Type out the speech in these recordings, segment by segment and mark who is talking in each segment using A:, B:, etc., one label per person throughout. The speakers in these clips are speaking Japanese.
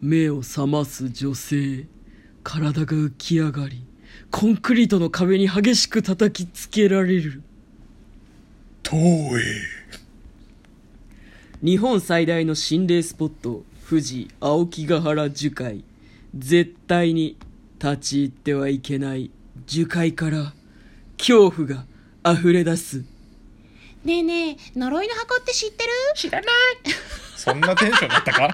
A: 目を覚ます女性体が浮き上がりコンクリートの壁に激しく叩きつけられる
B: 東映
A: 日本最大の心霊スポット富士青木ヶ原樹海絶対に立ち入ってはいけない樹海から恐怖が溢れ出す
C: ねえねえ呪いの箱って知ってる
A: 知らない
B: そんなテンションだったか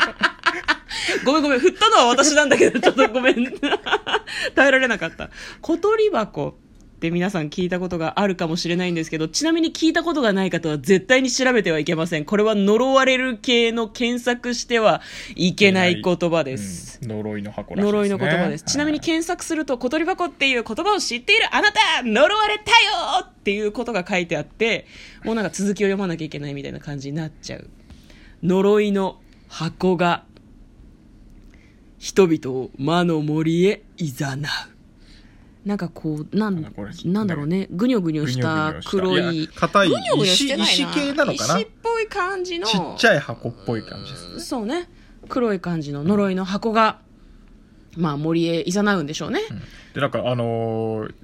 A: ごめんごめん振ったのは私なんだけどちょっとごめん 耐えられなかった小鳥箱って皆さん聞いたことがあるかもしれないんですけどちなみに聞いたことがない方は絶対に調べてはいけませんこれは呪われる系の検索してはいけない言葉です、
B: うん呪いの箱らしいです、ね、
A: 呪いの言葉です、ちなみに
B: はい
A: 検索すると「小鳥箱」っていう言葉を知っているあなた呪われたよっていうことが書いてあってもうなんか続きを読まなきゃいけないみたいな感じになっちゃう呪いの箱が人々を魔の森へ誘うなんかこうなん
B: なんだこれ
A: なんだろうねぐにょぐにょした黒
B: い
A: い
B: や硬い
C: ぐにょぐにょ
B: 石
C: してないな
B: 石系なのかな
A: 石っぽい感じの
B: ちっちゃい箱っぽい感じですね
A: そうね黒い感じの呪いの箱が、まあ森へ誘うんでしょうね、
B: でなんかあのー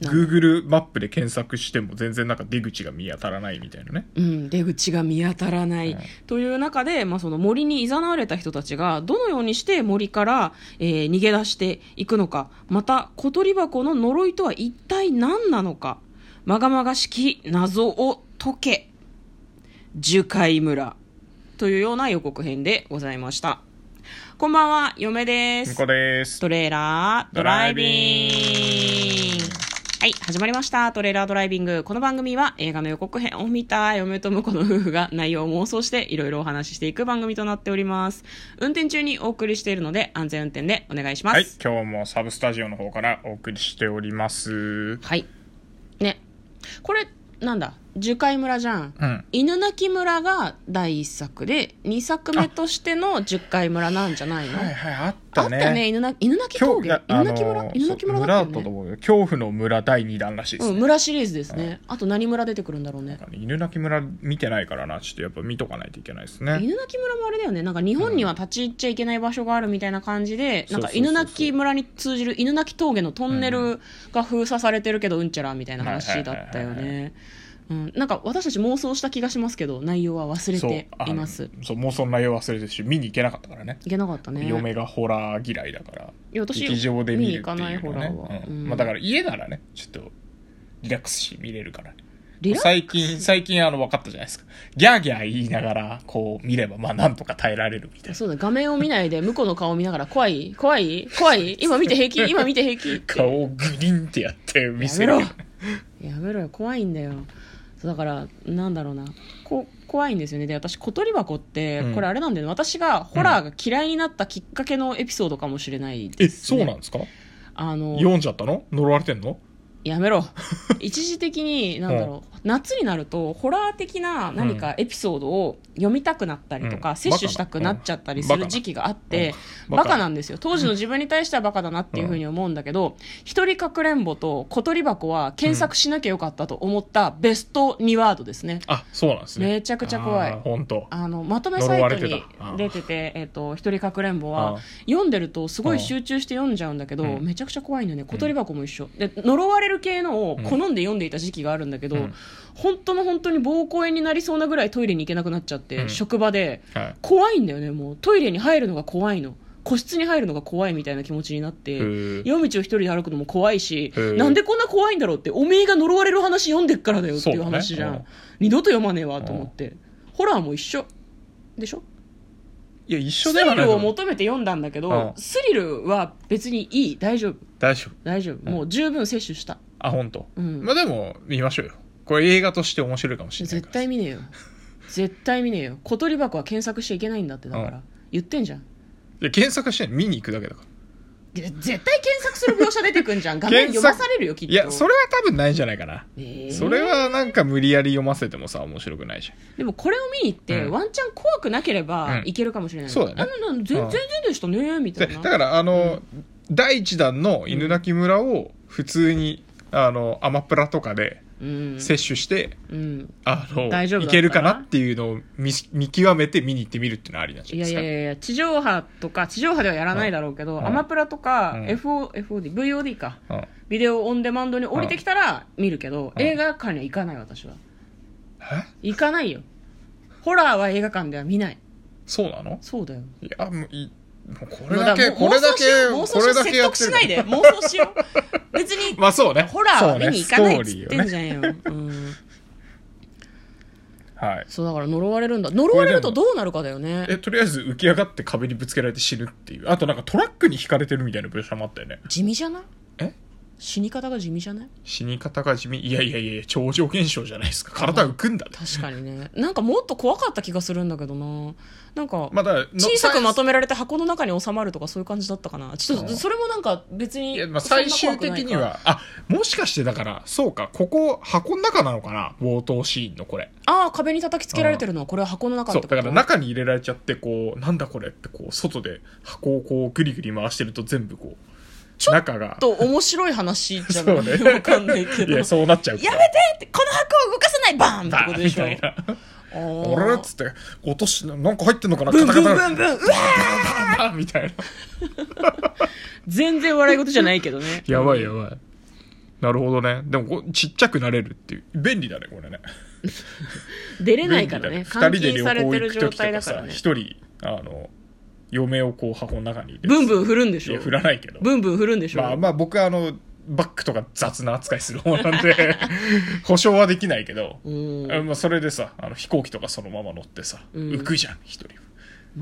A: なんだ
B: Google マップで検索しても全然なんか出口が見当たらないみたいなね
A: うん、出口が見当たらない、
B: うん
A: という中で、まあ、その森に誘われた人たちがどのようにして森から、えー逃げ出していくのかまた小鳥箱の呪いとは一体何なのかまがまがしき謎を解け樹海村というような予告編でございましたこんばんは嫁で
B: 向
A: す
B: こうです
A: トレーラードライビングはい始まりましたトレーラードライビングこの番組は映画の予告編を見た嫁と婿の夫婦が内容を妄想していろいろお話ししていく番組となっております運転中にお送りしているので安全運転でお願いします
B: はい、今日もサブスタジオの方からお送りしております。
A: はいねこれなんだ樹海村じゃん
B: うん。
A: 犬鳴村が第一作で二作目としての樹海村なんじゃないの
B: はいはい、あっ
A: あ
B: た
A: っ
B: ね。
A: たね犬鳴犬鳴
B: 恐
A: 峠
B: 怖
A: 犬鳴村犬鳴村だ
B: だ
A: っ
B: ったた
A: よ
B: と
A: ね
B: 思うよ。恐怖の村第2弾らしいです
A: う
B: ね。
A: ん、村シリーズですね、あと何村出てくるんだろうね
B: なんかね犬鳴村見てないからな、ちょっとやっぱ見とかないといけないですね。
A: 犬鳴村もあれだよねなんか日本には立ち入っちゃいけない場所があるみたいな感じで、
B: うん
A: なんか
B: そうそ
A: 犬
B: うそうそう
A: 鳴村に通じる犬鳴峠のトンネ
B: う
A: ルが封鎖されてるけどうんちゃらみたいな話だったよ
B: はいはいはい
A: ねうんなんか私たち妄想した気がしますけど内容は忘れて
B: あ
A: います
B: そう、もうそんな内容忘れてるし、見に行けなかったからね。
A: いけなかったね
B: 嫁がホラー嫌いだから、
A: いや私
B: 劇場で見
A: 見
B: るって
A: に行かない
B: いう
A: ホラ
B: のね
A: ーは。
B: う
A: うん
B: んまあだから家ならね、ちょっとリラックスして見れるから。
A: リラ
B: 最近、最近あの、分かったじゃないですか。ギャーギャー言いながら、こう、見れば、まあ、なんとか耐えられるみたいな。
A: そうだ画面を見ないで向こうの顔を見ながら怖い怖い怖い今見て平気今見て平気って
B: 顔をグリンってやって見
A: やめ
B: せる
A: ろ。やめろよ怖いんだよそうだからなんだろうなこ怖いんですよねで私小鳥箱って、
B: うん
A: これあれなんだよね私がホラーが嫌いになったきっかけのエピソードかもしれない
B: え、
A: です、
B: そ
A: ね
B: うなんですか
A: あの
B: 読んじゃったの呪われてんの
A: やめ ろ一時的になんだろう夏になるとホラー的な何かエピソードを読みたくなったりとか、
B: うん
A: 摂取したくなっちゃったりする時期があって、
B: うん
A: バ
B: バカな
A: カなんですよ当時の自分に対してはバカだなっていうふうに思うんだけど「一、人かくれんぼ」と「小鳥箱」は検索しなきゃよかったと思ったベスト2ワードですね、
B: あ、そうなんですね。
A: めちゃくちゃ怖い
B: あーほんと。
A: あのまとめサイトに
B: 呪われてたああ
A: 出てて「えっと一人かくれんぼ
B: あ
A: は
B: あ」
A: 読んでるとすごい集中して読んじゃうんだけど
B: うん
A: めちゃくちゃ怖いんだよね小鳥箱も一緒で呪われる系のを好んで読んでいた時期があるんだけど、
B: うん
A: 本当の本当に膀胱炎になりそうなぐらいトイレに行けなくなっちゃって、
B: うん
A: 職場で
B: はい。
A: 怖いんだよねもうトイレに入るのが怖いの個室に入るのが怖いみたいな気持ちになって。
B: え
A: 夜道を一人で歩くのも怖いし、
B: へー
A: なんでこんな怖いんだろうって、おめえが呪われる話読んでっからだよっていう話じゃん。
B: そうだね
A: 二度と読まねえわと思って。ホラーも一緒。でしょ
B: いや、一緒
A: ス
B: では
A: リル
B: ないと
A: を
B: 思う。
A: 求めて読んだんだけど、
B: うん
A: スリルは別にいい。大丈夫。
B: 大丈夫。
A: 大丈夫。もう十分摂取した。
B: あ、ほんと。
A: うん
B: まあでも、見ましょうよ。これ映画として面白いかもしれな
A: 絶
B: いから。
A: 対見ねえよ。絶対見ねえよ。小鳥箱は検索しちゃいけないんだって、だから。言ってんじゃん。
B: いや検索して見に行くだけだから。
A: で絶対検索する描写出てくんじゃん。画面読まされるよ、きっと。
B: いや、それは多分ないんじゃないかな。
A: えー
B: それはなんか無理やり読ませてもさ、面白くないじゃん。
A: でもこれを見に行って、
B: うん
A: ワンチャン怖くなければ
B: うん
A: いけるかもしれない、
B: そうだね
A: あのなん全
B: うん
A: 全然でしたねみた
B: で
A: いな
B: だからあの、第1弾の犬鳴村を普通にあのアマプラとかで
A: うん
B: 摂取して、
A: うん、
B: あの、
A: 大丈夫だ
B: い
A: った
B: けるかなっていうのを見し見極めて見に行ってみるっていうのはありなんじゃ
A: い
B: ない
A: やいや
B: ですか。
A: いやいや地上波とか地上波ではやらないだろうけど、
B: うん
A: アマプラとか、
B: うん
A: FO FOD VOD か
B: うん
A: ビデオオンデマンドに降りてきたら見るけど、
B: うん
A: 映画館には行かない私は
B: え
A: 行かないよホラーは映画館では見ない
B: そうなの
A: そうだよ
B: いや、もういもうこ
A: も
B: れ
A: う
B: だ
A: だ
B: け、
A: も
B: こ
A: う
B: れだけ
A: 妄、
B: こ
A: 想しよう妄想
B: れだ
A: し
B: け
A: よ
B: や
A: う説得
B: って
A: し
B: る
A: ないで妄想しよう別に
B: まあそうね。
A: ホラー
B: そ
A: は
B: うね
A: 見に行かないっ
B: ストー
A: つ
B: リ
A: っ
B: ー
A: て
B: よ
A: ん
B: ね
A: じゃんよ、うん、
B: はい。
A: そうだから呪われるんだ呪われるとどうなるかだよね
B: え、とりあえず浮き上がって壁にぶつけられて死ぬっていう。あとなんかトラックに引かれてるみたいな描写もあったよね。
A: 地味じゃない
B: え
A: 死に方が地味じゃない
B: 死に方が地味。いやいやいや、超常現象じゃないですか。体浮くんだね。
A: 確かにねなんかもっと怖かった気がするんだけどななんか、
B: まあだから、の
A: 小さくまとめられて箱の中に収まるとかそういう感じだったかなちょっとそれもなんか別に
B: いや、まあ、
A: そんな
B: 最終的
A: 怖
B: に
A: くないか
B: は、あ、もしかしてだから、そうか、ここ、箱の中なのかな冒頭シーンのこれ。
A: ああ壁に叩きつけられてるのはこれは箱の中って
B: そう、
A: こ
B: だ
A: と
B: から中に入れられちゃって、こう、なんだこれって、こう、外で箱をこう、ぐりぐり回してると全部こう、中が、
A: ちょっと面白い話じゃない、
B: そうね
A: わかんないけ
B: い
A: ど
B: や、そうなっちゃうから。
A: やめてってこの箱を動かさないバーンって
B: だ
A: ことで
B: み
A: しょ
B: たいな。
A: あー
B: 俺っつって、落とし、なんか入ってんのかな
A: ブンブンブン
B: カタカタ
A: ブンうわ
B: バーンみたいな。
A: 全然笑い事じゃないけどね
B: やばいやばい。なるほどね。でもこ、ちっちゃくなれるっていう。便利だね、これね。
A: 出れないから
B: 便
A: ね
B: 利だ
A: 監
B: ね二人で
A: 禁
B: 旅
A: され
B: 行
A: て
B: 行
A: る
B: く
A: 状
B: 時と
A: 態
B: か
A: だから
B: さ、
A: ね
B: 一人、あの、嫁をこう箱の中に入れて。
A: ブンブン振るんでし
B: い
A: ょ
B: や、振らないけど。
A: ブンブン振るんでしょ、
B: まあまあ僕はあの、バックとか雑な扱いする方なんで、 保証はできないけど、
A: うん
B: あまあそれでさ、あの飛行機とかそのまま乗ってさ、
A: うん
B: 浮くじゃん、一人は。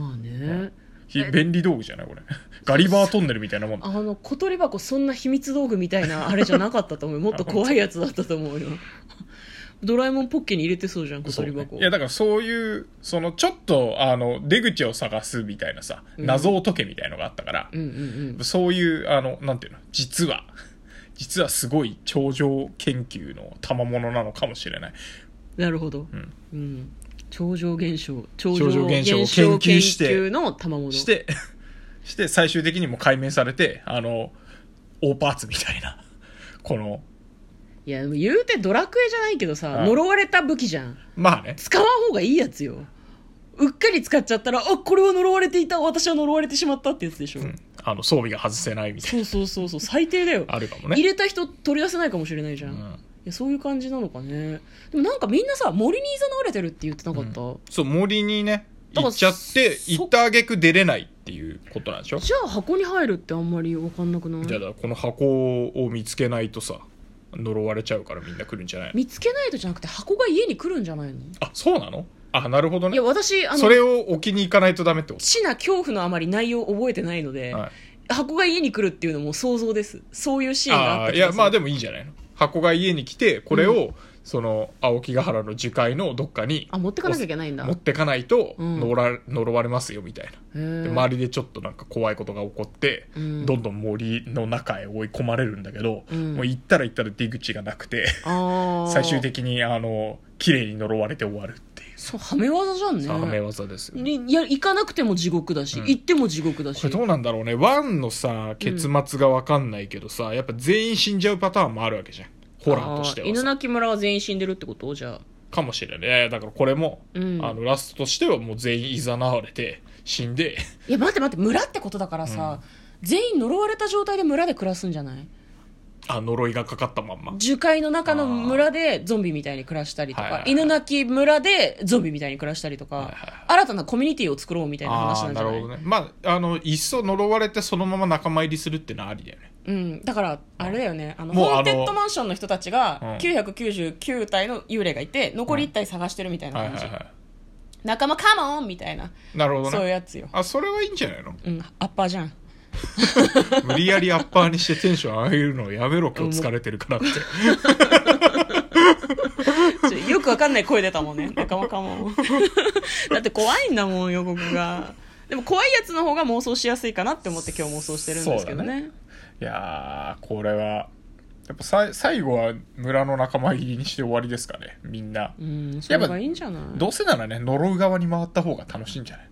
A: まあね
B: ひ便利道具じゃない これ。ガリバートンネルみたいなもんだ
A: あの小鳥箱そんな秘密道具みたいなあれじゃなかったと思 うもっと怖いやつだったと思うよドラえもんポッケに入れてそうじゃん小
B: そう
A: 鳥
B: ね
A: 箱、
B: いやだからそういうそのちょっとあの出口を探すみたいなさ
A: うん
B: 謎を解けみたいのがあったから
A: う、んうんうん
B: そういうあのなんていうの実は実はすごい頂上研究の賜物なのかもしれない
A: なるほど
B: うん、
A: うん、超常現象超
B: 常現象を研究して
A: 研究の賜物
B: して して最終的にもう解明されてあの大パーツみたいなこの
A: いやでも言うてドラクエじゃないけどさ
B: あ
A: 呪われた武器じゃん
B: まあね
A: 使わん方がいいやつようっかり使っちゃったらあこれは呪われていた私は呪われてしまったってやつでしょ、
B: うんあの装備が外せないみたい
A: そうそうそうそう最低だよ
B: なあるかも
A: 入
B: ね、
A: れた人取り出せないかもしれないじゃ、
B: うん
A: い
B: ん、
A: やそういう感じなのかねでもなんかみんなさ森に誘われてるって言ってなかった、
B: そう森にね
A: だか
B: 行
A: ら
B: っちゃって
A: そ
B: 行ったあげく出れないっていうことなんでしょ
A: じゃあ箱に入るってあんまり分かんなくない
B: じゃあだこの箱を見つけないとさ呪われちゃうからみんな来るんじゃないの
A: 見つけないとじゃなくて箱が家に来るんじゃないの
B: あそうなのあなるほど
A: い
B: ね
A: や私あ
B: そ
A: の
B: れを置きに行かないとダメってこ
A: 死な恐怖のあまり内容を覚えてないので、
B: と、はい、
A: 箱が家に来るっていうのも想像ですそういうシーンがあ
B: あ
A: った
B: ーい
A: 気が
B: や
A: する
B: まあでもいいじゃないの箱が家に来てこれを、その青木ヶ原の樹海のどっかに
A: あ持ってかなきゃいけないんだ
B: 持ってかないと
A: うん
B: 呪わ,、呪われますよみたいな、で
A: 周
B: 周りでちょっとなんか怖いことが起こって、
A: うん
B: どんどん森の中へ追い込まれるんだけど、
A: うん
B: もう行ったら行ったら出口がなくて
A: あー
B: 最終的にあの綺麗に呪われて終わるっていう
A: そうはめ技じゃんね
B: さあはめ技ですよね
A: にいや行かなくても地獄だし、
B: うん
A: 行っても地獄だ
B: こ
A: し
B: れどうなんだろうねワンのさ結末が分かんないけどさ、やっぱ全員死んじゃうパターンもあるわけじゃんホラーとして
A: あー
B: は
A: 犬
B: さ
A: 鳴村は全員死んでるってことじゃあ
B: かもしれないいやだからこれも、
A: うん
B: あのラストとしてはもう全員いざなわれて死んで
A: いや待って待って村ってことだからさ、全員呪われた状態で村で暮らすんじゃない
B: あ呪いがかかったまんま
A: 樹海の中の村でゾンビみたいに暮らしたりとか、
B: はいはいはい
A: 犬鳴村でゾンビみたいに暮らしたりとか、
B: いはいはい
A: 新たなコミュニティを作ろうみたいな話
B: あ
A: な
B: あ
A: んじ
B: な
A: ゃ
B: る
A: ない
B: ほどねまああのいっそ呪われてそのまま仲間入りするってのはありだよね
A: うん、だからあれだよねあの
B: もう
A: ホーンテ
B: あ
A: ッド
B: の
A: マンションの人たちが
B: うん
A: 999体の幽霊がいて残り1体探してるみたいな
B: はい
A: 感
B: は
A: じ、
B: いは
A: 仲間カモンみたいない
B: なるほど
A: そういう
B: ね
A: やつよ、
B: あそれはいいんじゃないの
A: うん、アッパーじゃん
B: 無理やりアッパーにしてテンション上げるのやめろ今日疲れてるからって
A: ちょよくわかんない声出たもん ね仲間カモンだって怖いんだもん予告がでも怖いやつの方が妄想しやすいかなって思って今日妄想してるんですけど
B: そうだ
A: ね
B: いやー、これは、やっぱさい最後は村の仲間入りにして終わりですかね、みんな。
A: うんそれがいいんじゃない
B: どうせならね、呪う側に回った方が楽しいんじゃない
A: い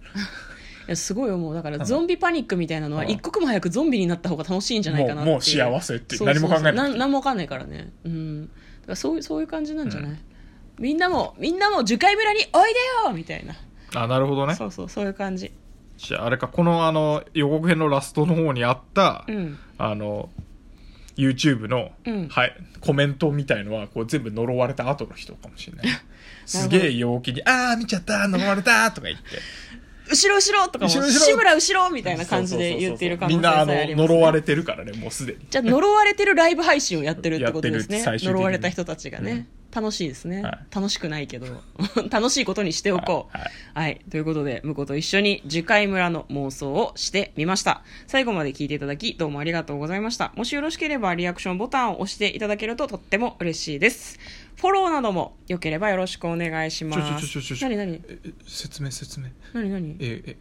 A: やすごい思うだからゾンビパニックみたいなのは
B: うん
A: 一刻も早くゾンビになった方が楽しいんじゃないかなって
B: もう、もう
A: い
B: 幸せっていう
A: そうそう
B: 何
A: そう
B: も考
A: な
B: えなんい。
A: 何もわかんないからねうんそうそういう感じなんじゃない、みんなもみんなも樹海村においでよみたいな、
B: あなるほどね
A: そうそうそういう感じ
B: じゃああれかこのあの予告編のラストの方にあった、
A: うん
B: あの YouTube の、
A: うん
B: はい、コメントみたいのはこう全部呪われた後の人かもしれ ないすげえ陽気に「ああ見ちゃった呪われた」とか言って
A: 後ろ後ろとかも
B: 後ろ後ろ
A: 志村後ろみたいな感じで言っている可能性
B: みんなあ
A: さ
B: の
A: えありますね
B: 呪われてるからねもうすでに
A: じゃあ呪われてるライブ配信をやってるってことですね
B: やってる最終的に
A: 呪われた人たちがね、楽しいですね、
B: はい
A: 楽しくないけど 楽しいことにしておこう
B: はいは
A: は
B: い
A: い、ということで婿と一緒に樹海村の妄想をしてみました最後まで聞いていただきどうもありがとうございましたもしよろしければリアクションボタンを押していただけるととっても嬉しいですフォローなどもよければよろしくお願いしま
B: ちょちょちょちょち
A: す
B: ょ
A: 何何
B: ええ説明説明
A: 何何
B: ええ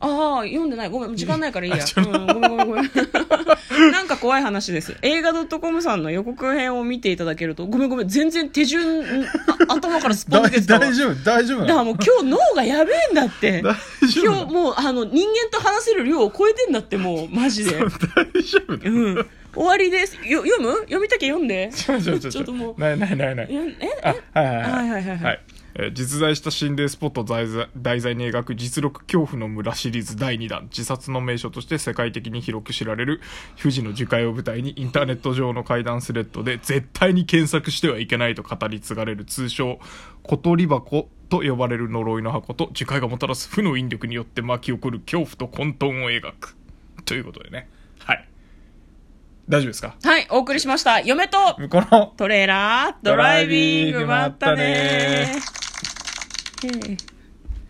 A: ああ、読んでない。ごめん、時間ないからいいや。
B: あち
A: う
B: ょ
A: ん、ごめんごめんごめ ん。なんか怖い話です。映画 .com さんの予告編を見ていただけると、ごめんごめん、全然手順、んあ 頭からスポンジ出てたわ
B: 大大丈夫大丈夫
A: だ
B: な
A: から
B: の
A: もう今日脳がやべえんだって。
B: 大丈
A: 今日
B: 夫なの
A: もう、あの、人間と話せる量を超えてんだって、もう、マジで。
B: 大丈夫だ
A: うん。終わりです。よ読む読みたけ読んで。
B: ちょちょちょ
A: ちょっともう
B: ないないないない
A: いやえ
B: あはいは
A: は
B: い
A: いはいはいはい
B: はいえー実在した心霊スポットを題材題材に描く実録恐怖の村シリーズ第2弾自殺の名所として世界的に広く知られる富士の樹海を舞台にインターネット上の怪談スレッドで絶対に検索してはいけないと語り継がれる通称小鳥箱と呼ばれる呪いの箱と樹海がもたらす負の引力によって巻き起こる恐怖と混沌を描くということでねはい大丈夫ですか
A: はい、お送りしました。嫁と
B: この
A: トレーラードライビング、まったねー。へえ